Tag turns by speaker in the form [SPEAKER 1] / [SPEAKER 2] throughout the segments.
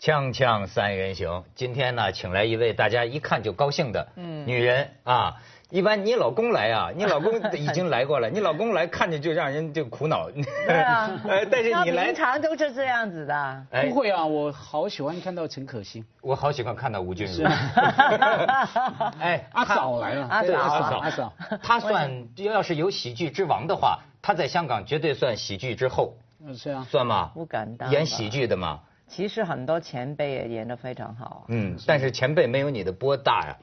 [SPEAKER 1] 锵锵三人行，今天呢，请来一位大家一看就高兴的
[SPEAKER 2] 嗯
[SPEAKER 1] 女人啊。一般你老公来啊，你老 公已经来过了，你老公来看着就让人就苦恼。
[SPEAKER 3] 对啊
[SPEAKER 1] 呃，但是
[SPEAKER 3] 他
[SPEAKER 1] 你来
[SPEAKER 3] 平，常都是这样子的。
[SPEAKER 1] 哎
[SPEAKER 2] 不，会啊，我好喜欢看到陈可辛，
[SPEAKER 1] 我好喜欢看到吴君如。 哎，
[SPEAKER 2] 阿
[SPEAKER 1] 他
[SPEAKER 2] 嫂来了，
[SPEAKER 3] 阿
[SPEAKER 2] 对
[SPEAKER 3] 嫂
[SPEAKER 2] 阿
[SPEAKER 1] 嫂
[SPEAKER 2] 嫂，阿嫂，
[SPEAKER 1] 他算要是有喜剧之王的话，他在香港绝对算喜剧之后，
[SPEAKER 2] 嗯是啊，
[SPEAKER 1] 算吗？
[SPEAKER 3] 不敢当吧
[SPEAKER 1] 演喜剧的嘛，
[SPEAKER 3] 其实很多前辈也演得非常好啊。
[SPEAKER 1] 嗯，但是前辈没有你的波大 呀。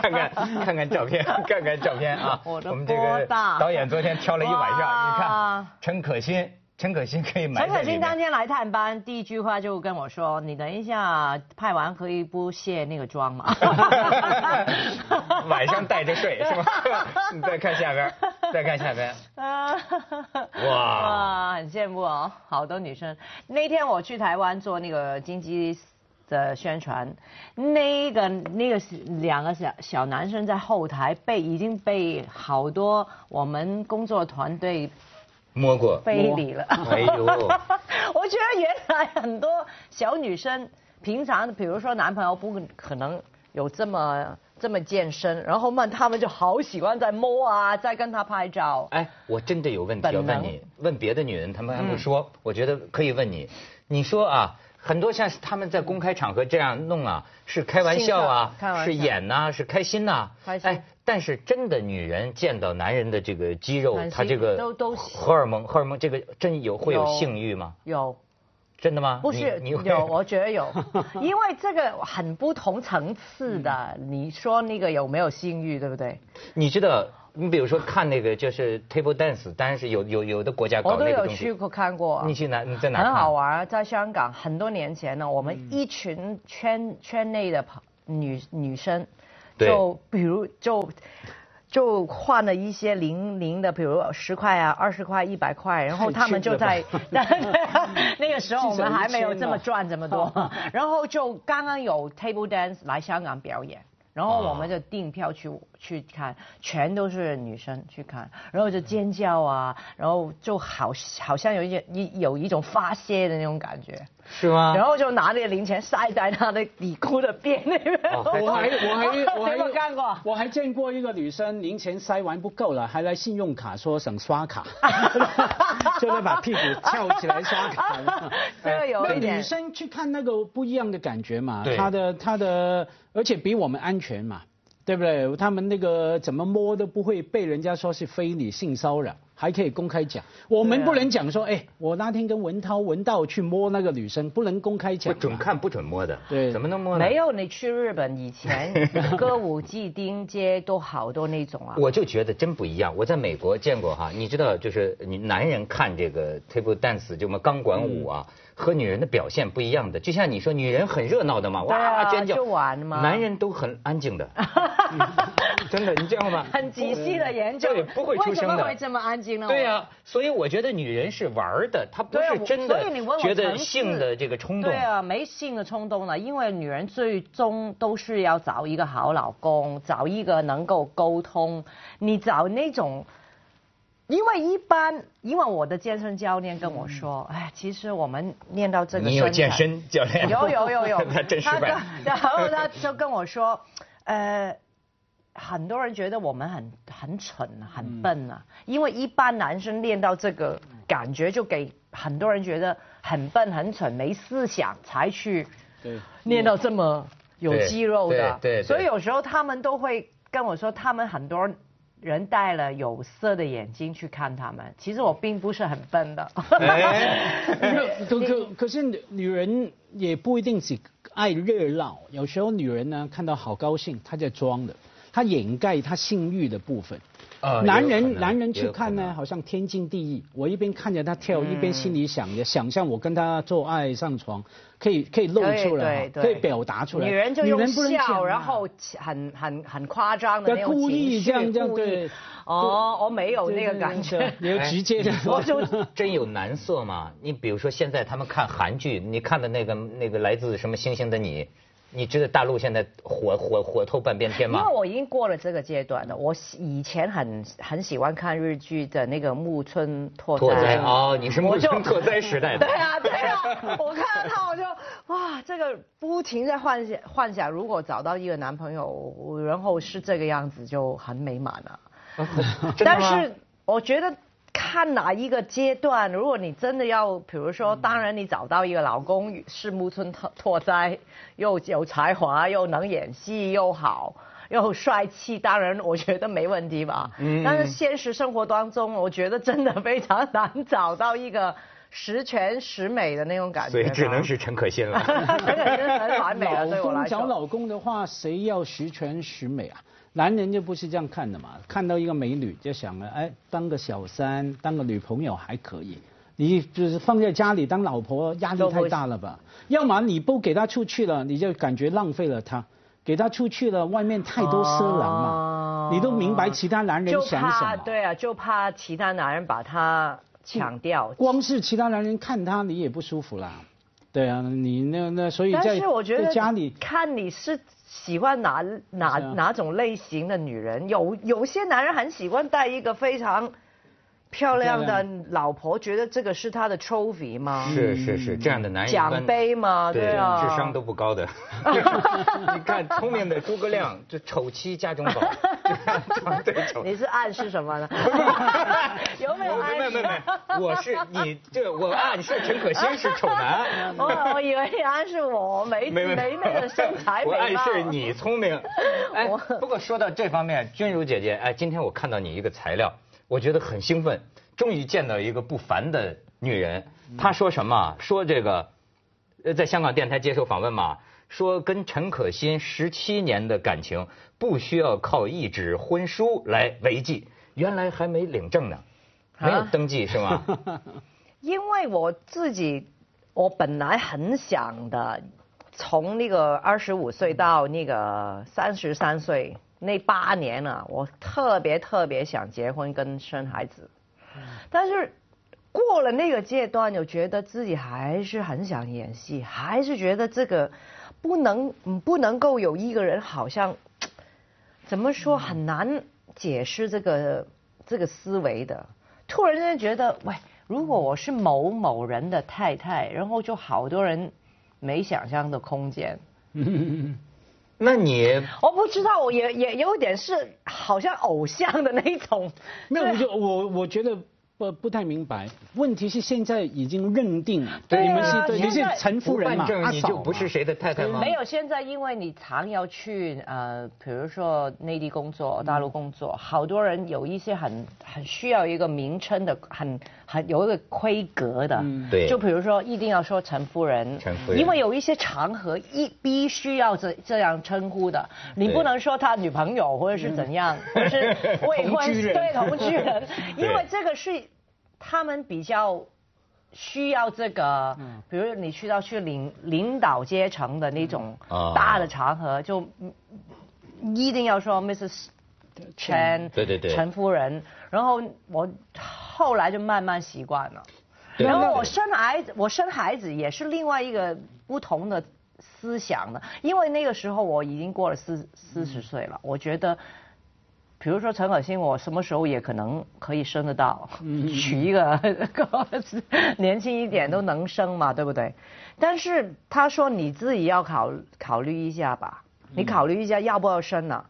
[SPEAKER 1] 看看看看照片，看看照片啊！
[SPEAKER 3] 我的
[SPEAKER 1] 们这
[SPEAKER 3] 波
[SPEAKER 1] 个
[SPEAKER 3] 大
[SPEAKER 1] 导演昨天挑了一晚上，你看
[SPEAKER 3] 哇
[SPEAKER 1] 陈可辛，陈可辛可以埋
[SPEAKER 3] 陈
[SPEAKER 1] 在
[SPEAKER 3] 可
[SPEAKER 1] 里
[SPEAKER 3] 辛当
[SPEAKER 1] 面。
[SPEAKER 3] 天来探班，第一句话就跟我说：“你等一下拍完可以不卸那个妆吗？”
[SPEAKER 1] 晚上带着睡是 吗？你再看下边，再看下边，
[SPEAKER 3] 啊，
[SPEAKER 1] 哇
[SPEAKER 3] 哇，很羡慕哦，好多女生。那天我去台湾做那个经济的宣传，那个那个两个小小男生在后台被已经被好多我们工作团队
[SPEAKER 1] 摸过。
[SPEAKER 3] 非礼了。
[SPEAKER 1] 哎呦，
[SPEAKER 3] 我觉得原来很多小女生平常，比如说男朋友不可能有这么这么健身，然后嘛，他们就好喜欢在摸啊，在跟他拍照。
[SPEAKER 1] 哎，我真的有问题
[SPEAKER 3] 本
[SPEAKER 1] 要
[SPEAKER 3] 能嗯
[SPEAKER 1] 问你，问别的女人，她们还不说，我觉得可以问你。你说啊，很多像是他们在公开场合这样弄啊，是开玩笑啊
[SPEAKER 3] 兴奋，开玩笑
[SPEAKER 1] 是演呐、是开心呐、
[SPEAKER 3] 开心
[SPEAKER 1] 哎，但是真的女人见到男人的这个肌肉
[SPEAKER 3] 开，心
[SPEAKER 1] 她这个
[SPEAKER 3] 都都
[SPEAKER 1] 荷尔蒙，荷尔蒙这个真有会有
[SPEAKER 3] 有
[SPEAKER 1] 性欲吗？
[SPEAKER 3] 有，
[SPEAKER 1] 真的 吗？
[SPEAKER 3] 不是
[SPEAKER 1] 你你会
[SPEAKER 3] 有，我觉得有，因为这个很不同层次的。
[SPEAKER 1] 嗯
[SPEAKER 3] 你说那个有没有性欲，对不对？
[SPEAKER 1] 你知道，你比如说看那个就是 table dance，当然是有有有的国家
[SPEAKER 3] 我
[SPEAKER 1] 搞
[SPEAKER 3] 都
[SPEAKER 1] 那
[SPEAKER 3] 有
[SPEAKER 1] 个东西
[SPEAKER 3] 去。过看过啊。
[SPEAKER 1] 你去哪？你在哪看？嗯
[SPEAKER 3] 很好玩儿，在香港很多年前呢，我们一群圈圈内的朋女女生，
[SPEAKER 1] 对
[SPEAKER 3] 就比如就就换了一些零零的，比如十块啊、二十块、一百块，然后他们就在 那个时候我们还没有这么赚这么多， 然后就刚刚有 table dance 来香港表演。然后我们就订票去去看，全都是女生去看，然后就尖叫啊，然后就好好像有一点一有一种发泄的那种感觉，
[SPEAKER 1] 是吗？
[SPEAKER 3] 然后就拿那个零钱塞在他的底裤的边那边。
[SPEAKER 1] 哦还
[SPEAKER 2] 我还我还我 还
[SPEAKER 3] 你有没有看哎过？
[SPEAKER 2] 我还见过一个女生零钱塞完不够了，还来信用卡说想 刷卡， 就来把屁股翘起来刷卡。
[SPEAKER 3] 这个有
[SPEAKER 2] 那
[SPEAKER 3] 一
[SPEAKER 2] 女
[SPEAKER 3] 点，
[SPEAKER 2] 生去看那个不一样的感觉嘛
[SPEAKER 1] 对，
[SPEAKER 2] 她的她的，而且比我们安全嘛，对不对？他们那个怎么摸都不会被人家说是非礼性骚扰，还可以公开讲。我们
[SPEAKER 3] 对啊
[SPEAKER 2] 不能讲说，哎，我那天跟文涛、文道去摸那个女生，不能公开
[SPEAKER 1] 不
[SPEAKER 2] 讲嘛。
[SPEAKER 1] 准看不准摸的，
[SPEAKER 2] 对
[SPEAKER 1] 怎么能摸呢？
[SPEAKER 3] 没有你去日本以前，歌舞伎町街都好多那种啊。
[SPEAKER 1] 我就觉得真不一样。我在美国见过哈，你知道，就是你男人看这个 table dance 就我们钢管舞
[SPEAKER 3] 嗯
[SPEAKER 1] 啊，和女人的表现不一样的。就像你说，女人很热闹的嘛，
[SPEAKER 3] 对啊
[SPEAKER 1] 哇尖叫，
[SPEAKER 3] 就玩嘛
[SPEAKER 1] 男人都很安静的， 真的，你见过吗？
[SPEAKER 3] 很仔细的研究
[SPEAKER 1] 对，不会出
[SPEAKER 3] 为什
[SPEAKER 1] 声
[SPEAKER 3] 么
[SPEAKER 1] 的
[SPEAKER 3] 会这么安静呢？
[SPEAKER 1] 对呀、所以我觉得女人是玩儿的，她不
[SPEAKER 3] 对啊
[SPEAKER 1] 是
[SPEAKER 3] 我
[SPEAKER 1] 真的
[SPEAKER 3] 所以你问我
[SPEAKER 1] 觉得
[SPEAKER 3] 层次
[SPEAKER 1] 性的这个冲动
[SPEAKER 3] 对。啊，没性的冲动了，啊因为女人最终都是要找一个好老公，找一个能够沟通。你找那种，因为一般，因为我的健身教练跟我说，哎，其实我们练到这个，
[SPEAKER 1] 嗯你有健。身教练？
[SPEAKER 3] 有 有有有，
[SPEAKER 1] 他真失败
[SPEAKER 3] 跟。 然后他就跟我说，呃，很多人觉得我们很很蠢啊，很笨啊，因为一般男生练到这个感觉，就给很多人觉得很笨、很蠢、没思想才去
[SPEAKER 2] 对，
[SPEAKER 3] 练到这么有肌肉的。
[SPEAKER 1] 对对对对
[SPEAKER 3] 所以有时候他们都会跟我说，他们很多人戴了有色的眼镜去看他们，其实我并不是很笨的。
[SPEAKER 1] 哎
[SPEAKER 2] 可可可是女女人也不一定只爱热闹，有时候女人呢看到好高兴，她在装的，她掩盖她性欲的部分。
[SPEAKER 1] 啊也有
[SPEAKER 2] 男
[SPEAKER 1] 可
[SPEAKER 2] 人
[SPEAKER 1] 能
[SPEAKER 2] 男人
[SPEAKER 1] 也
[SPEAKER 2] 去
[SPEAKER 1] 有可
[SPEAKER 2] 看呢，
[SPEAKER 1] 能嗯
[SPEAKER 2] 好像天经地义。我一边看着她跳，一边心里想着，想象我跟她做爱上床，可以可以露出来
[SPEAKER 3] 对对
[SPEAKER 2] 哈，
[SPEAKER 3] 对
[SPEAKER 2] 可以表达出来。
[SPEAKER 3] 女人就用
[SPEAKER 2] 不能讲
[SPEAKER 3] 笑，
[SPEAKER 2] 啊
[SPEAKER 3] 然后很很很夸张的那种
[SPEAKER 2] 故
[SPEAKER 3] 情
[SPEAKER 2] 意
[SPEAKER 3] 绪
[SPEAKER 2] 这样这样
[SPEAKER 3] 故意
[SPEAKER 2] 对
[SPEAKER 3] 哦，我没有那个感 觉。
[SPEAKER 2] 也
[SPEAKER 1] 哎
[SPEAKER 2] 直接的。
[SPEAKER 3] 我 就
[SPEAKER 1] 真有男色吗？你比如说现在他们看韩剧，你看的那个那个来自什么星星的你，你觉得大陆现在火火火透半边天
[SPEAKER 3] 因
[SPEAKER 1] 吗
[SPEAKER 3] 为？我已经过了这个阶段了。我喜以前很很喜欢看日剧的那个木村拓
[SPEAKER 1] 拓
[SPEAKER 3] 哉
[SPEAKER 1] 哉哦，你是木村拓哉时代的
[SPEAKER 3] 对。啊，对啊，我看到他我就哇，这个不停在幻想幻想，如果找到一个男朋友，然后是这个样子就很美满啊了、
[SPEAKER 1] 真的
[SPEAKER 3] 但
[SPEAKER 1] 吗
[SPEAKER 3] 是我觉得看哪一个阶段，如果你真的要，比如说，
[SPEAKER 1] 嗯
[SPEAKER 3] 当然你找到一个老公是木村拓拓哉，又有才华，又能演戏，又好。又帅气，当然我觉得没问题吧。
[SPEAKER 1] 嗯
[SPEAKER 3] 但是现实生活当中，我觉得真的非常难找到一个十全十美的那种感
[SPEAKER 1] 所
[SPEAKER 3] 觉吧。
[SPEAKER 1] 以只能是陈可辛了。
[SPEAKER 3] 真的是很完美了，对
[SPEAKER 2] 老
[SPEAKER 3] 我来
[SPEAKER 2] 公找
[SPEAKER 3] 说。
[SPEAKER 2] 老公的话，谁要十全十美啊？男人就不是这样看的嘛，看到一个美女就想了，哎，当个小三，当个女朋友还可以。你就是放在家里当老婆，压力太大了吧？要么你不给她出去了，你就感觉浪费了她；给她出去了，外面太多色狼嘛。
[SPEAKER 3] 哦
[SPEAKER 2] 你都明白其他男人
[SPEAKER 3] 就
[SPEAKER 2] 想什
[SPEAKER 3] 怕
[SPEAKER 2] 么。
[SPEAKER 3] 对啊，就怕其他男人把他抢掉。
[SPEAKER 2] 光是其他男人看她，你也不舒服啦。对啊，你那那所以
[SPEAKER 3] 但
[SPEAKER 2] 在
[SPEAKER 3] 是我觉得
[SPEAKER 2] 在家里
[SPEAKER 3] 看你是喜欢哪哪
[SPEAKER 2] 是啊
[SPEAKER 3] 哪种类型的女人，有有些男人很喜欢带一个非常漂亮
[SPEAKER 2] 漂
[SPEAKER 3] 的老婆，觉得这个是他的 trophy 吗？
[SPEAKER 1] 是是是，这样的男人一般
[SPEAKER 3] 奖杯嘛，
[SPEAKER 1] 对
[SPEAKER 3] 啊，
[SPEAKER 1] 智商都不 高的。你看聪明的诸葛亮，这丑妻家中宝， 对丑。
[SPEAKER 3] 你是暗示什么 呢？ 有没有啊暗示？
[SPEAKER 1] 没有没有没有，我是你这我暗示陈可辛是丑男，
[SPEAKER 3] 哦我我以为你暗示我没
[SPEAKER 1] 没没
[SPEAKER 3] 没那个身材
[SPEAKER 1] 我
[SPEAKER 3] 美
[SPEAKER 1] 暗
[SPEAKER 3] 貌。
[SPEAKER 1] 示你聪明。哎，不过说到这方面，君如姐姐，哎，今天我看到你一个材料，我觉得很兴奋，终于见到一个不凡的女人。她说什么啊？说这个，呃，在香港电台接受访问嘛，说跟陈可辛十七年的感情不需要靠一纸婚书来维系，原来还没领证呢，没有
[SPEAKER 3] 啊
[SPEAKER 1] 登记是吗？
[SPEAKER 3] 因为我自己，我本来很想的，从那个二十五岁到那个三十三岁那八年啊，我特别特别想结婚跟生孩子，但是过了那个阶段，又觉得自己还是很想演戏，还是觉得这个不能嗯不能够有一个人好像怎么说很难解释这个这个思维的。突然间觉得，喂，如果我是某某人的太太，然后就好多人没想象的空间。
[SPEAKER 1] 那你
[SPEAKER 3] 我不知道，我也也有点是好像偶像的那种。
[SPEAKER 2] 没有，
[SPEAKER 3] 对
[SPEAKER 2] 我就我我觉得不不太明白。问题是现在已经认定了，
[SPEAKER 3] 对啊
[SPEAKER 2] 你们是对，
[SPEAKER 3] 现
[SPEAKER 2] 你是
[SPEAKER 3] 在
[SPEAKER 2] 陈夫人嘛，
[SPEAKER 1] 不办
[SPEAKER 2] 阿
[SPEAKER 1] 证你就
[SPEAKER 2] 嫂
[SPEAKER 1] 不是
[SPEAKER 2] 嘛
[SPEAKER 1] 谁的太太吗？
[SPEAKER 3] 嗯没有，现在因为你常要去呃，比如说内地工作、大陆工作，好多人有一些很很需要一个名称的，很很有一个规格的。
[SPEAKER 1] 对
[SPEAKER 3] 就比如说，一定要说陈夫人，
[SPEAKER 1] 陈夫人
[SPEAKER 3] 因为有一些场合一必须要这这样称呼的，你
[SPEAKER 1] 对
[SPEAKER 3] 不能说他女朋友或者是怎 样，或者是未婚
[SPEAKER 2] 同居人
[SPEAKER 3] 对同居人，因
[SPEAKER 1] 对
[SPEAKER 3] 为这个是他们比较。需要这个，比如你去到去领领导阶层的那种
[SPEAKER 1] 啊
[SPEAKER 3] 大的场合，就一定要说 Mrs. Chen，
[SPEAKER 1] 对对对
[SPEAKER 3] 陈夫人。然后我后来就慢慢习惯了。
[SPEAKER 1] 对
[SPEAKER 3] 然
[SPEAKER 1] 对
[SPEAKER 3] 后我
[SPEAKER 1] 对
[SPEAKER 3] 生孩子，我生孩子也是另外一个不同的思想的，因为那个时候我已经过了四四十岁了，我觉得。比如说陈可辛，我什么时候也可能可以生得到， 娶一个年轻一点都能生嘛，对不对？但是他说你自己要考考虑一下吧，你考虑一下要不要生呢、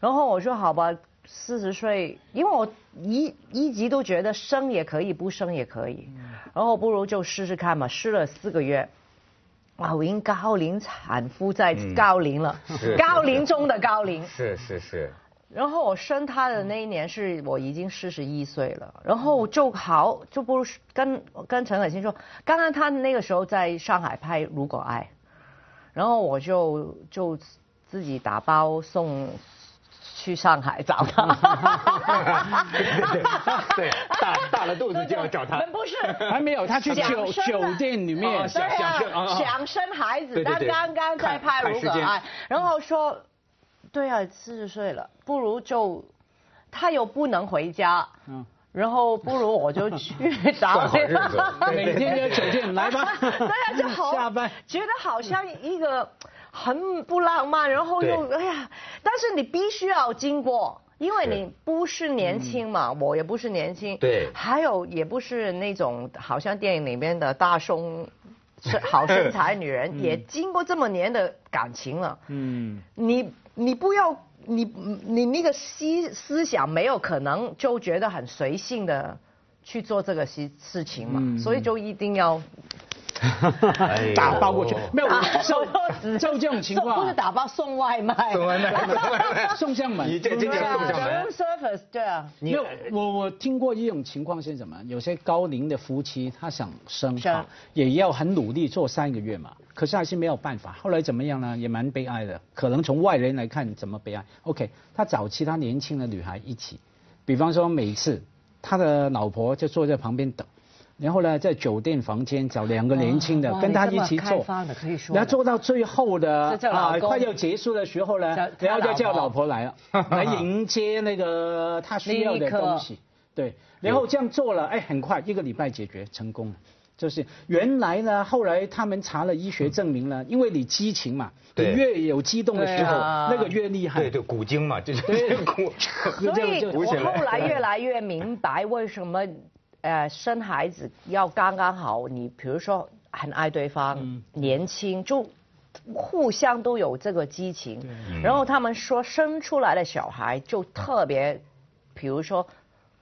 [SPEAKER 3] 然后我说好吧，四十岁，因为我一一直都觉得生也可以，不生也可以，然后不如就试试看嘛。试了四个月，哇，我已经高龄产妇在高龄了，
[SPEAKER 1] 是
[SPEAKER 3] 高龄中的高龄。
[SPEAKER 1] 是是是，
[SPEAKER 3] 然后我生他的那一年是我已经四十一岁了，然后就好就不如跟跟陈可辛说，刚刚他那个时候在上海拍《如果爱》，然后我就就自己打包送去上海找 他。
[SPEAKER 1] 对，大大了肚子就要找 他。
[SPEAKER 3] 不是。
[SPEAKER 2] 还没有，他去
[SPEAKER 3] 想
[SPEAKER 2] 酒
[SPEAKER 3] 生
[SPEAKER 2] 酒
[SPEAKER 3] 了
[SPEAKER 2] 店里面
[SPEAKER 1] 哦
[SPEAKER 3] 对
[SPEAKER 1] 想
[SPEAKER 3] 啊
[SPEAKER 1] 生啊啊，
[SPEAKER 3] 想生孩子
[SPEAKER 1] 对，对
[SPEAKER 3] 但
[SPEAKER 1] 对
[SPEAKER 3] 刚刚在拍《
[SPEAKER 1] 看
[SPEAKER 3] 如
[SPEAKER 1] 看
[SPEAKER 3] 果
[SPEAKER 1] 时间
[SPEAKER 3] 爱》，然后说，对啊，四十岁了，不如就，他又不能回家，
[SPEAKER 2] 嗯
[SPEAKER 3] 然后不如我就 去
[SPEAKER 1] 算
[SPEAKER 3] 找
[SPEAKER 1] 好
[SPEAKER 3] 你
[SPEAKER 1] 日子，
[SPEAKER 2] 每天约酒店来吧，
[SPEAKER 3] 对啊，就好
[SPEAKER 2] 下班
[SPEAKER 3] 觉得好像一个很不浪漫，然后又
[SPEAKER 1] 对
[SPEAKER 3] 哎呀，但是你必须要经过。因为你不是年轻嘛，
[SPEAKER 2] 嗯
[SPEAKER 3] 我也不是年轻，
[SPEAKER 1] 对
[SPEAKER 3] 还有也不是那种好像电影里面的大胸、是好身材女人，也经过这么年的感情了，
[SPEAKER 2] 嗯，
[SPEAKER 3] 你你不要你你那个思思想没有可能就觉得很随性的去做这个事事情嘛，
[SPEAKER 2] 嗯
[SPEAKER 3] 所以就一定要
[SPEAKER 1] 哎呦
[SPEAKER 2] 打包过去，没 有
[SPEAKER 3] 打
[SPEAKER 2] 照照这种情
[SPEAKER 3] 送不
[SPEAKER 2] 况啊
[SPEAKER 3] 是，打包送外卖，
[SPEAKER 1] 送外卖， 送外卖
[SPEAKER 2] 送上门
[SPEAKER 1] 你这个真
[SPEAKER 3] 对
[SPEAKER 1] 叫
[SPEAKER 3] 啊
[SPEAKER 1] 送上门
[SPEAKER 3] room。service 对啊，
[SPEAKER 1] 你
[SPEAKER 2] 没有，我我听过一种情况是什么？有些高龄的夫妻，他想生
[SPEAKER 3] 生
[SPEAKER 2] 哈，也要很努力做三个月嘛，可是还是没有办法。后来怎么样呢？也蛮悲哀的。可能从外人来看怎么悲哀？OK，他找其他年轻的女孩一起，比方说每次他的老婆就坐在旁边等，然后呢在酒店房间找两个年轻的
[SPEAKER 3] 啊哇
[SPEAKER 2] 跟他一
[SPEAKER 3] 你
[SPEAKER 2] 起
[SPEAKER 3] 这么开
[SPEAKER 2] 做
[SPEAKER 3] 放的可以，说的
[SPEAKER 2] 然后做到最后的啊
[SPEAKER 3] 这叫老公
[SPEAKER 2] 快要结束的时候呢
[SPEAKER 3] 叫，
[SPEAKER 2] 然后
[SPEAKER 3] 他
[SPEAKER 2] 就叫
[SPEAKER 3] 老婆
[SPEAKER 2] 老婆来了，来迎接那个他需要的东西。对，然后这样做了，哎，很快一个礼拜解决成功了。就是原来呢，后来他们查了医学证明
[SPEAKER 3] 嗯
[SPEAKER 2] 了，因为你激情嘛，你
[SPEAKER 1] 对
[SPEAKER 2] 越有激动的时候，
[SPEAKER 3] 对啊
[SPEAKER 2] 那个越厉害。
[SPEAKER 1] 对对，古今嘛，这就是古。
[SPEAKER 2] 就
[SPEAKER 3] 所以
[SPEAKER 2] 就
[SPEAKER 3] 我
[SPEAKER 1] 鼓起来
[SPEAKER 3] 后来越来越明白为什么呃生孩子要刚刚好，你比如说很爱对方，年轻就。互相都有这个激情，
[SPEAKER 1] 嗯
[SPEAKER 3] 然后他们说生出来的小孩就特别，比如说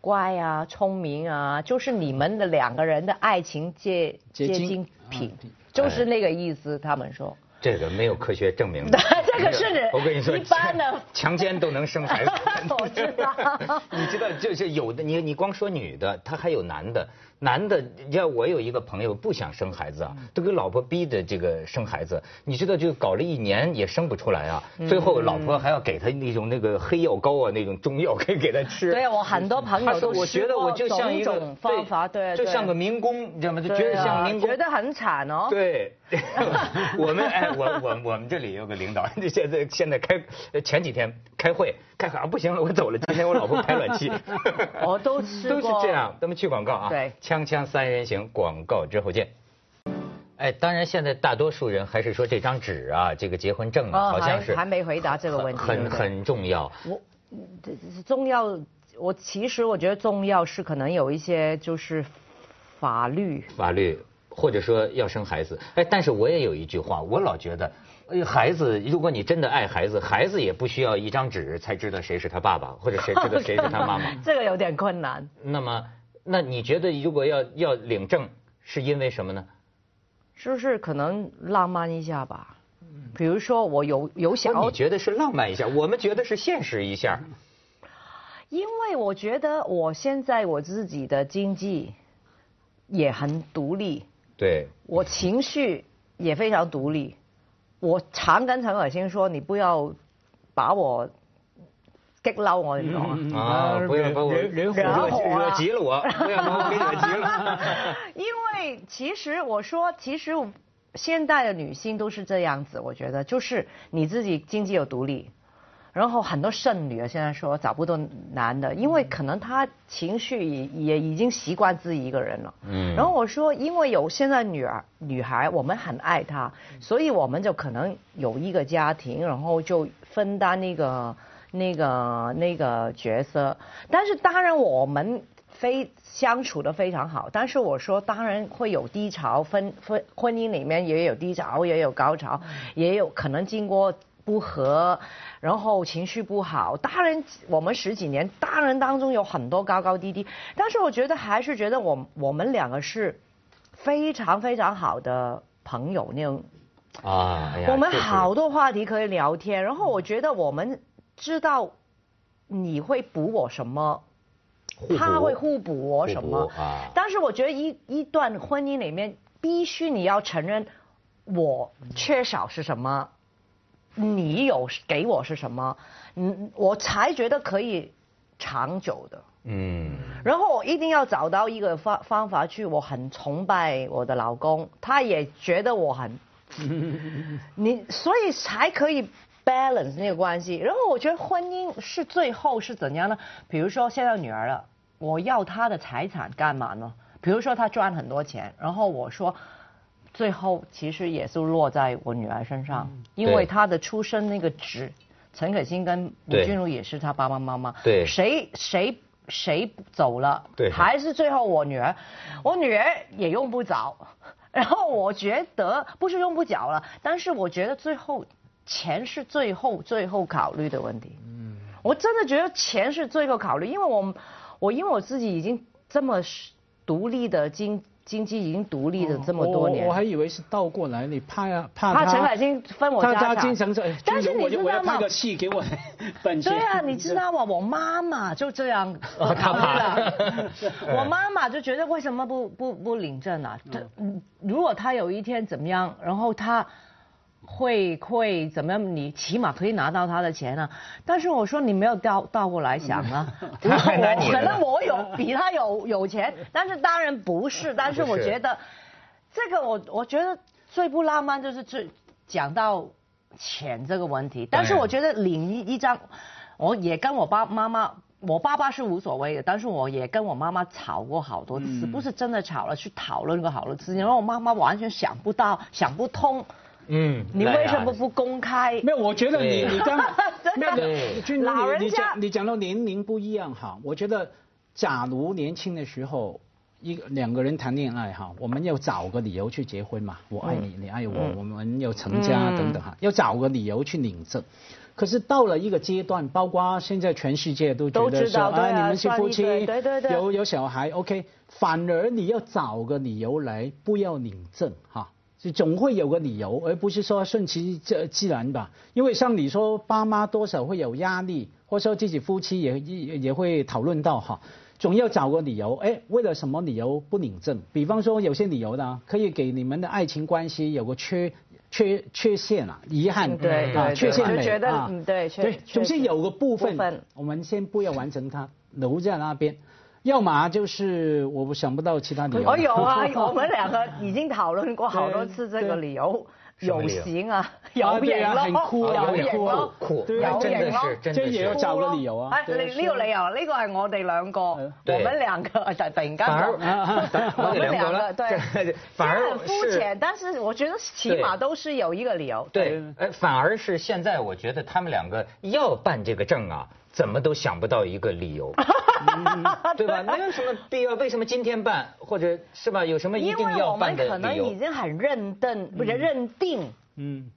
[SPEAKER 3] 乖啊、聪明啊，就是你们的两个人的爱情结
[SPEAKER 2] 结晶
[SPEAKER 3] 晶品
[SPEAKER 2] 啊品，
[SPEAKER 1] 哎
[SPEAKER 3] 就是那个意思。他 们说，，
[SPEAKER 1] 这个没有科学证明的
[SPEAKER 3] 这个是
[SPEAKER 1] 我跟你说，
[SPEAKER 3] 一 般的。
[SPEAKER 1] 强奸都能生孩子
[SPEAKER 3] 我知道
[SPEAKER 1] 你知道，就是有的，你你光说女的，他还有男的，男的，要我有一个朋友不想生孩子啊，都给老婆逼着这个生孩子，你知道，就搞了一年也生不出来啊，最后老婆还要给他那种那个黑药膏啊，那种中药给给他吃。
[SPEAKER 3] 对我很多朋
[SPEAKER 1] 他
[SPEAKER 3] 友
[SPEAKER 1] 说：“
[SPEAKER 3] 都
[SPEAKER 1] 我
[SPEAKER 3] 试
[SPEAKER 1] 觉得
[SPEAKER 3] 过
[SPEAKER 1] 我就像一
[SPEAKER 3] 种
[SPEAKER 1] 个
[SPEAKER 3] 种方法，对，
[SPEAKER 1] 就
[SPEAKER 3] 对
[SPEAKER 1] 像个民工，你知道吗？就
[SPEAKER 3] 对
[SPEAKER 1] 觉得像
[SPEAKER 3] 啊
[SPEAKER 1] 民工，
[SPEAKER 3] 觉得很惨哦。
[SPEAKER 1] 对，我们哎，我我我们这里有个领导， 就现在现在开呃前几天开会，开会啊不行了，我走了，今天我老婆排卵期，
[SPEAKER 3] 我都哦吃
[SPEAKER 1] 都是
[SPEAKER 3] 过
[SPEAKER 1] 这样。咱们去广告啊，
[SPEAKER 3] 对
[SPEAKER 1] 锵锵三人行，广告之后见。哎，当然，现在大多数人还是说这张纸啊，这个结婚证啊，
[SPEAKER 3] 哦
[SPEAKER 1] 好像是
[SPEAKER 3] 还还没回答这个问题
[SPEAKER 1] 很
[SPEAKER 3] 对不对
[SPEAKER 1] 很重要。
[SPEAKER 3] 这这中药，我其实我觉得中药是可能有一些就是法律，
[SPEAKER 1] 法律，或者说要生孩子。哎，但是我也有一句话，我老觉得，哎，孩子，如果你真的爱孩子，孩子也不需要一张纸才知道谁是他爸爸，或者谁知道谁是他妈 妈。
[SPEAKER 3] 这个有点困难。
[SPEAKER 1] 那么，那你觉得如果要要领证，是因为什么呢？
[SPEAKER 3] 就是可能浪漫一下吧。比如说，我有有想
[SPEAKER 1] 你
[SPEAKER 3] 要，
[SPEAKER 1] 觉得是浪漫一下，我们觉得是现实一下。
[SPEAKER 3] 因为我觉得我现在我自己的经济也很独立，
[SPEAKER 1] 对，
[SPEAKER 3] 我情绪也非常独立。我常跟陈可辛说，你不要把我激嬲我，你懂吗？
[SPEAKER 1] 啊，不要把我
[SPEAKER 2] 惹惹
[SPEAKER 3] 惹火
[SPEAKER 1] 惹
[SPEAKER 3] 啊
[SPEAKER 1] 惹急了我，不要把我给惹急 了。
[SPEAKER 3] 因为其实我说，其实现代的女性都是这样子，我觉得就是你自己经济有独立，然后很多剩女啊，现在说找不到男的，因为可能她情绪也也已经习惯自己一个人了。
[SPEAKER 1] 嗯
[SPEAKER 3] 然后我说，因为有现在女儿女孩，我们很爱她，所以我们就可能有一个家庭，然后就分担那个那个那个角色。但是当然我们非相处的非常好，但是我说当然会有低潮，分婚婚姻里面也有低潮，也有高潮，也有可能经过不和，然后情绪不好。当然，我们十几年当然当中有很多高高低低，但是我觉得还是觉得我我们两个是非常非常好的朋友那种
[SPEAKER 1] 啊，哎呀
[SPEAKER 3] 我们
[SPEAKER 1] 这是
[SPEAKER 3] 好多话题可以聊天，然后我觉得我们知道你会补我什么，
[SPEAKER 1] 补
[SPEAKER 3] 他会互补我什
[SPEAKER 1] 互
[SPEAKER 3] 么
[SPEAKER 1] 补啊。
[SPEAKER 3] 但是我觉得一一段婚姻里面，必须你要承认我缺少是什么，你有给我是什么，嗯，我才觉得可以长久的。
[SPEAKER 1] 嗯。
[SPEAKER 3] 然后我一定要找到一个方方法去，我很崇拜我的老公，他也觉得我很，你所以才可以 balance 那个关系。然后我觉得婚姻是最后是怎样呢？比如说现在女儿了，我要她的财产干嘛呢？比如说她赚很多钱，然后我说最后其实也是落在我女儿身上，因为她的出生那个值，陈可辛跟吴
[SPEAKER 1] 对
[SPEAKER 3] 君如也是她爸爸妈妈，
[SPEAKER 1] 对
[SPEAKER 3] 谁谁谁走了，
[SPEAKER 1] 对
[SPEAKER 3] 还是最后我女儿，我女儿也用不着， 然后我觉得不是用不着了，但是我觉得最后钱是最后最后考虑的问题，嗯，我真的觉得钱是最后考虑，因为我我因为我自己已经这么独立的经经济已经独立的这么哦多年，
[SPEAKER 2] 哦我我还以为是倒过来，你怕怕
[SPEAKER 3] 怕
[SPEAKER 2] 他
[SPEAKER 3] 陈凯欣分我
[SPEAKER 2] 他
[SPEAKER 3] 家
[SPEAKER 2] 他
[SPEAKER 3] 产。
[SPEAKER 2] 经常说，哎
[SPEAKER 3] 但是
[SPEAKER 2] 君如
[SPEAKER 3] 你
[SPEAKER 2] 我就
[SPEAKER 3] 知
[SPEAKER 2] 我要
[SPEAKER 3] 道吗
[SPEAKER 2] 拍？个戏给我本钱。
[SPEAKER 3] 对啊，你 知道吗？我妈妈就这样考
[SPEAKER 1] 哦她
[SPEAKER 3] 虑
[SPEAKER 1] 怕
[SPEAKER 3] 了。 我妈妈就觉得为什么不不不领证啊？她
[SPEAKER 1] 嗯
[SPEAKER 3] 如果她有一天怎么样，然后她会会怎么样？你起码可以拿到她的钱啊。但是我说你没有倒倒过来想 啊，我
[SPEAKER 1] 她还拿你
[SPEAKER 3] 可
[SPEAKER 1] 的呢
[SPEAKER 3] 能我有比她有有钱，但是当然不是。但是我觉得这个我我觉得最不浪漫就是最讲到钱这个问题，但是
[SPEAKER 1] 当然
[SPEAKER 3] 我觉得领一一张，我也跟我爸妈妈。我爸爸是无所谓的，但是我也跟我妈妈吵过好多次，
[SPEAKER 2] 嗯
[SPEAKER 3] 不是真的吵了，去讨论过好多次。然后我妈妈完全想不到、想不 通，
[SPEAKER 1] 嗯，
[SPEAKER 3] 你为什么不公开？
[SPEAKER 2] 没有，我觉得你
[SPEAKER 1] 对
[SPEAKER 2] 你刚
[SPEAKER 3] 真
[SPEAKER 2] 没
[SPEAKER 3] 的
[SPEAKER 2] 有，
[SPEAKER 1] 对
[SPEAKER 2] 君如
[SPEAKER 3] 老人
[SPEAKER 2] 你你
[SPEAKER 3] 家
[SPEAKER 2] 讲你讲到年龄不一样哈，我觉得假如年轻的时候一个两个人谈恋爱哈，我们要找个理由去结婚嘛，我爱你，你爱我，我们要成家
[SPEAKER 3] 嗯
[SPEAKER 2] 等等哈，要找个理由去领证。可是到了一个阶段，包括现在全世界都觉
[SPEAKER 3] 都
[SPEAKER 2] 得
[SPEAKER 3] 知
[SPEAKER 2] 说哎
[SPEAKER 3] 道对啊
[SPEAKER 2] 你们是夫妻，
[SPEAKER 3] 算一对对对对
[SPEAKER 2] 有有小孩，OK，反而你要找个理由来不要领证哈，就总会有个理由，而不是说顺其自自然吧。因为像你说，爸妈多少会有压力，或者说自己夫妻也也也会讨论到哈。总要找个理由，哎，为了什么理由不领证？比方说，有些理由呢，可以给你们的爱情关系有个缺缺缺陷啊，遗憾，
[SPEAKER 3] 嗯对
[SPEAKER 2] 啊，
[SPEAKER 3] 对
[SPEAKER 2] 缺陷
[SPEAKER 3] 对
[SPEAKER 2] 美
[SPEAKER 3] 就觉得
[SPEAKER 2] 啊
[SPEAKER 3] 嗯对确
[SPEAKER 2] 对，
[SPEAKER 3] 确
[SPEAKER 2] 总是
[SPEAKER 3] 实
[SPEAKER 2] 有个部分，
[SPEAKER 3] 部分
[SPEAKER 2] 我们先不要完成它，留在那边。要么就是我想不到其他理由。
[SPEAKER 3] 我有啊，我们两个已经讨论过好多次这个理由，
[SPEAKER 1] 对什么
[SPEAKER 3] 有
[SPEAKER 1] 理由
[SPEAKER 3] 型啊，
[SPEAKER 2] 啊
[SPEAKER 3] 有
[SPEAKER 2] 对
[SPEAKER 3] 眼
[SPEAKER 2] 啊
[SPEAKER 3] 咯，
[SPEAKER 2] 很酷啊
[SPEAKER 3] 有
[SPEAKER 2] 有
[SPEAKER 3] 眼
[SPEAKER 2] 眼
[SPEAKER 3] 咯，
[SPEAKER 1] 酷酷
[SPEAKER 3] 有
[SPEAKER 2] 哎真
[SPEAKER 3] 眼
[SPEAKER 2] 的
[SPEAKER 3] 咯
[SPEAKER 1] 是。真的
[SPEAKER 2] 即係
[SPEAKER 1] 是
[SPEAKER 2] 要找個理由啊嗯
[SPEAKER 3] 哎，
[SPEAKER 2] 對啊
[SPEAKER 3] 你呢個理由，呢個係我哋兩個，
[SPEAKER 1] 對
[SPEAKER 3] 我們兩個突突然間
[SPEAKER 1] 反
[SPEAKER 3] 講
[SPEAKER 1] 而，啊
[SPEAKER 3] 我
[SPEAKER 1] 我
[SPEAKER 3] 們
[SPEAKER 1] 哋
[SPEAKER 3] 兩
[SPEAKER 1] 兩個
[SPEAKER 3] 個
[SPEAKER 1] 啦
[SPEAKER 3] 對，
[SPEAKER 1] 這反而
[SPEAKER 3] 雖然很膚
[SPEAKER 1] 是
[SPEAKER 3] 淺，但是我覺得起碼都是有一個理由。
[SPEAKER 1] 对，呃，反而是现在我觉得他们两个要办这个证啊，怎么都想不到一个理 由，对吧？没有什么必要，为什么今天办，或者是吧？有什么一
[SPEAKER 3] 因
[SPEAKER 1] 定
[SPEAKER 3] 為我
[SPEAKER 1] 要
[SPEAKER 3] 們
[SPEAKER 1] 办的
[SPEAKER 3] 可
[SPEAKER 1] 理
[SPEAKER 3] 能已
[SPEAKER 1] 由？
[SPEAKER 3] 經很認定，不是認定，
[SPEAKER 2] 嗯，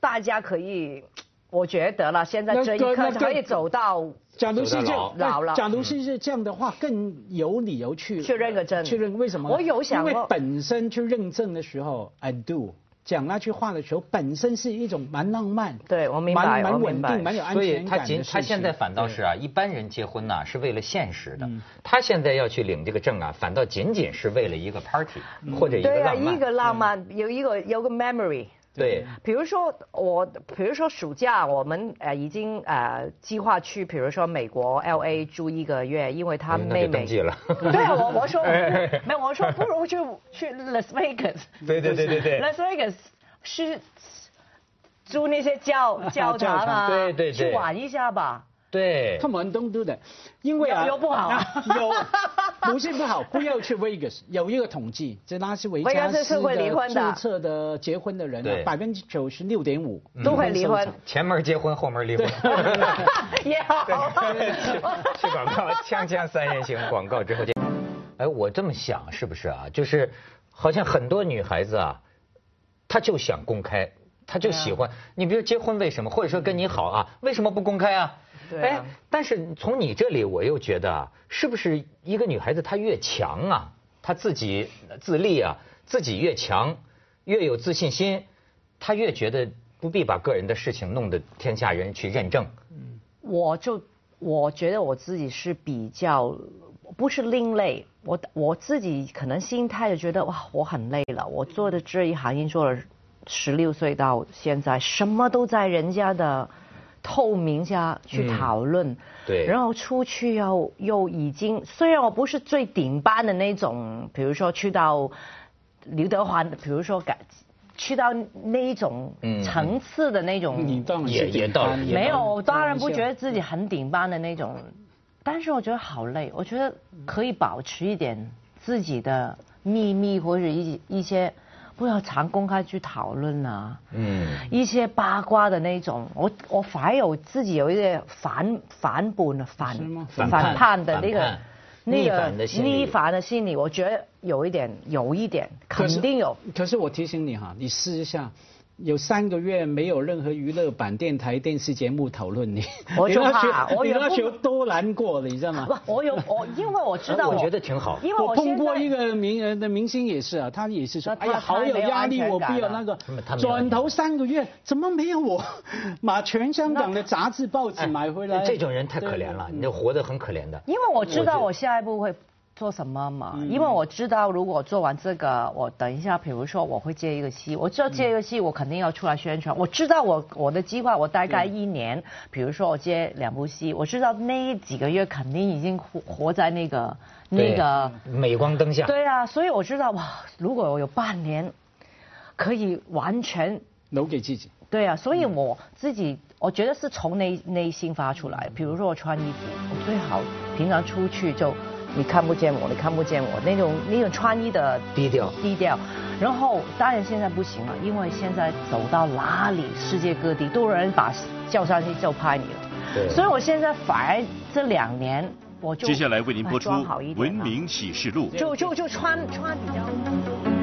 [SPEAKER 3] 大家可以，我覺得啦，現在
[SPEAKER 2] 那
[SPEAKER 3] 這一
[SPEAKER 2] 那
[SPEAKER 3] 刻
[SPEAKER 2] 那
[SPEAKER 3] 可以走到，
[SPEAKER 2] 假如是这
[SPEAKER 1] 走
[SPEAKER 3] 得，老
[SPEAKER 2] 样那
[SPEAKER 3] 老了
[SPEAKER 2] 假如是这样的话，更有理由去
[SPEAKER 3] 去认个证
[SPEAKER 2] 去认为什么呢？
[SPEAKER 3] 我有想过
[SPEAKER 2] 因为本身去认证的时候，I do 讲那句话的时候，本身是一种蛮浪漫，
[SPEAKER 3] 對我明白
[SPEAKER 2] 蛮
[SPEAKER 3] 我
[SPEAKER 2] 蛮
[SPEAKER 3] 明
[SPEAKER 2] 稳
[SPEAKER 3] 白
[SPEAKER 2] 定，蛮有安
[SPEAKER 1] 所以
[SPEAKER 2] 全
[SPEAKER 1] 他
[SPEAKER 2] 感的事
[SPEAKER 1] 今
[SPEAKER 2] 情。嗯
[SPEAKER 1] 他现在反倒是啊，一般人结婚呐、是为了现实的，他现在要去领这个证啊，反倒仅仅是为了一个 party
[SPEAKER 2] 嗯
[SPEAKER 1] 或者一个
[SPEAKER 3] 對啊，
[SPEAKER 1] 浪
[SPEAKER 3] 一
[SPEAKER 1] 漫，嗯
[SPEAKER 3] 個浪漫，有一個有個 memory。
[SPEAKER 1] 对
[SPEAKER 3] 比如说我，比如说暑假我们呃已经呃计划去，比如说美国 L A 住一个月，因为他
[SPEAKER 1] 哎那
[SPEAKER 3] 妹
[SPEAKER 1] 就登
[SPEAKER 3] 妹。
[SPEAKER 1] 记 了。
[SPEAKER 3] 对啊，我我说没有，我说不如去去 Las Vegas。
[SPEAKER 1] 对对对对对
[SPEAKER 3] Las Vegas 是住那些教教堂
[SPEAKER 1] 教
[SPEAKER 3] 啊，
[SPEAKER 1] 堂对对对
[SPEAKER 3] 去玩一下吧。
[SPEAKER 1] 对，
[SPEAKER 2] Come on, don't do that，因为啊，
[SPEAKER 3] 有有不好啊
[SPEAKER 2] 有不是不好，不要去 Vegas。有一个统计，这拉斯维加
[SPEAKER 3] Vegas 是
[SPEAKER 2] 斯
[SPEAKER 3] 会离婚的
[SPEAKER 2] 的注册的结婚的人啊
[SPEAKER 1] 对，
[SPEAKER 2] 百分之九十六点五
[SPEAKER 3] 嗯
[SPEAKER 1] 嗯
[SPEAKER 3] 都会离婚
[SPEAKER 1] 前门结婚，后门离婚。
[SPEAKER 3] 也好啊。
[SPEAKER 1] 去广告，锵锵三人行广告之后见。哎，我这么想是不是啊？就是好像很多女孩子啊，她就想公开，她就喜
[SPEAKER 3] 啊
[SPEAKER 1] 欢。你比如结婚为什么，或者说跟你好啊，为什么不公开啊？
[SPEAKER 3] 对啊
[SPEAKER 1] 哎，但是从你这里我又觉得啊，是不是一个女孩子她越强啊，她自己自立啊，自己越强，越有自信心，她越觉得不必把个人的事情弄得天下人去认证。
[SPEAKER 3] 我就我觉得我自己是比较不是另类，我我自己可能心态就觉得哇，我很累了，我做的这一行已经做了十六岁到现在，什么都在人家的透明下去
[SPEAKER 1] 嗯
[SPEAKER 3] 讨论，
[SPEAKER 1] 对
[SPEAKER 3] 然后出去又又已经，虽然我不是最顶班的那种，比如说去到刘德华，比如说改去到那一种
[SPEAKER 1] 嗯嗯
[SPEAKER 3] 层次的那种，
[SPEAKER 2] 你当然
[SPEAKER 1] 也
[SPEAKER 2] 是
[SPEAKER 1] 也
[SPEAKER 2] 顶
[SPEAKER 1] 到
[SPEAKER 2] 班
[SPEAKER 1] 也
[SPEAKER 3] 没有，我当然
[SPEAKER 2] 是
[SPEAKER 3] 不觉得自己很顶班的那种，但是我觉得好累，我觉得可以保持一点自己的秘密或者一一些不要常公开去讨论啊。
[SPEAKER 1] 嗯，
[SPEAKER 3] 一些八卦的那种，我我反有自己有一些反反叛啊
[SPEAKER 2] 是
[SPEAKER 3] 反
[SPEAKER 2] 吗
[SPEAKER 1] 反叛
[SPEAKER 3] 叛的那
[SPEAKER 1] 反
[SPEAKER 3] 个
[SPEAKER 1] 叛
[SPEAKER 3] 那
[SPEAKER 1] 逆
[SPEAKER 3] 个
[SPEAKER 1] 反的心理
[SPEAKER 3] 逆反的心理，我觉得有一点有一点肯
[SPEAKER 2] 可是
[SPEAKER 3] 定有。。
[SPEAKER 2] 可是我提醒你哈，你试一下。有三个月没有任何娱乐版电台、电视节目讨论你，
[SPEAKER 3] 我
[SPEAKER 2] 你
[SPEAKER 3] 就
[SPEAKER 2] 那
[SPEAKER 3] 怕
[SPEAKER 2] 学
[SPEAKER 3] 我
[SPEAKER 2] 你
[SPEAKER 3] 也
[SPEAKER 2] 那
[SPEAKER 3] 不
[SPEAKER 2] 学多难过了，你知道吗？
[SPEAKER 3] 不，我有我，因为我知道
[SPEAKER 1] 啊我觉得挺好
[SPEAKER 3] 因为
[SPEAKER 2] 我
[SPEAKER 3] 现
[SPEAKER 2] 碰过
[SPEAKER 3] 在
[SPEAKER 2] 一个名人的明星也是啊，他也是说，
[SPEAKER 3] 那他
[SPEAKER 2] 哎呀，
[SPEAKER 3] 他
[SPEAKER 2] 好有
[SPEAKER 3] 没有
[SPEAKER 2] 压
[SPEAKER 3] 安
[SPEAKER 2] 力，
[SPEAKER 3] 全
[SPEAKER 2] 我
[SPEAKER 3] 感
[SPEAKER 2] 必有
[SPEAKER 3] 啊
[SPEAKER 2] 那个
[SPEAKER 1] 他们他。没有安全
[SPEAKER 2] 转
[SPEAKER 1] 感
[SPEAKER 2] 头三个月，怎么没有我？ 把全香港的杂志、报纸
[SPEAKER 1] 哎
[SPEAKER 2] 买回来。
[SPEAKER 1] 这种人太可怜了，你这活得很可怜的。
[SPEAKER 3] 因为我知
[SPEAKER 1] 我
[SPEAKER 3] 道
[SPEAKER 1] 觉
[SPEAKER 3] 我下一步会做什么嘛，因为我知道如果做完这个，我等一下，比如说我会接一个戏，我知道接一个戏，我肯定要出来宣传。我知道我我的计划，我大概一年，比如说我接两部戏，我知道那几个月肯定已经活活在那个那
[SPEAKER 1] 对
[SPEAKER 3] 个
[SPEAKER 1] 镁光灯下，
[SPEAKER 3] 对啊，所以我知道哇，如果我有半年可以完全
[SPEAKER 2] 留给自己。
[SPEAKER 3] 对
[SPEAKER 4] 嗯
[SPEAKER 3] 啊，所以我自己我觉得是从内内心发出
[SPEAKER 4] 嗯
[SPEAKER 3] 来。比如说我穿衣服，我最好平常出去就你看不见我，你看不见我那种那种穿衣的
[SPEAKER 1] 低调。
[SPEAKER 3] 低调。然后当然现在不行了，因为现在走到哪里，世界各地都有人把叫上去就拍你
[SPEAKER 1] 对
[SPEAKER 3] 了。所以我现在反而这两年我就
[SPEAKER 4] 接下来为您播
[SPEAKER 3] 哎
[SPEAKER 4] 出
[SPEAKER 3] 装好一
[SPEAKER 4] 《
[SPEAKER 3] 点
[SPEAKER 4] 文
[SPEAKER 3] 啊
[SPEAKER 4] 明启示录》。
[SPEAKER 3] 就就就穿穿比较。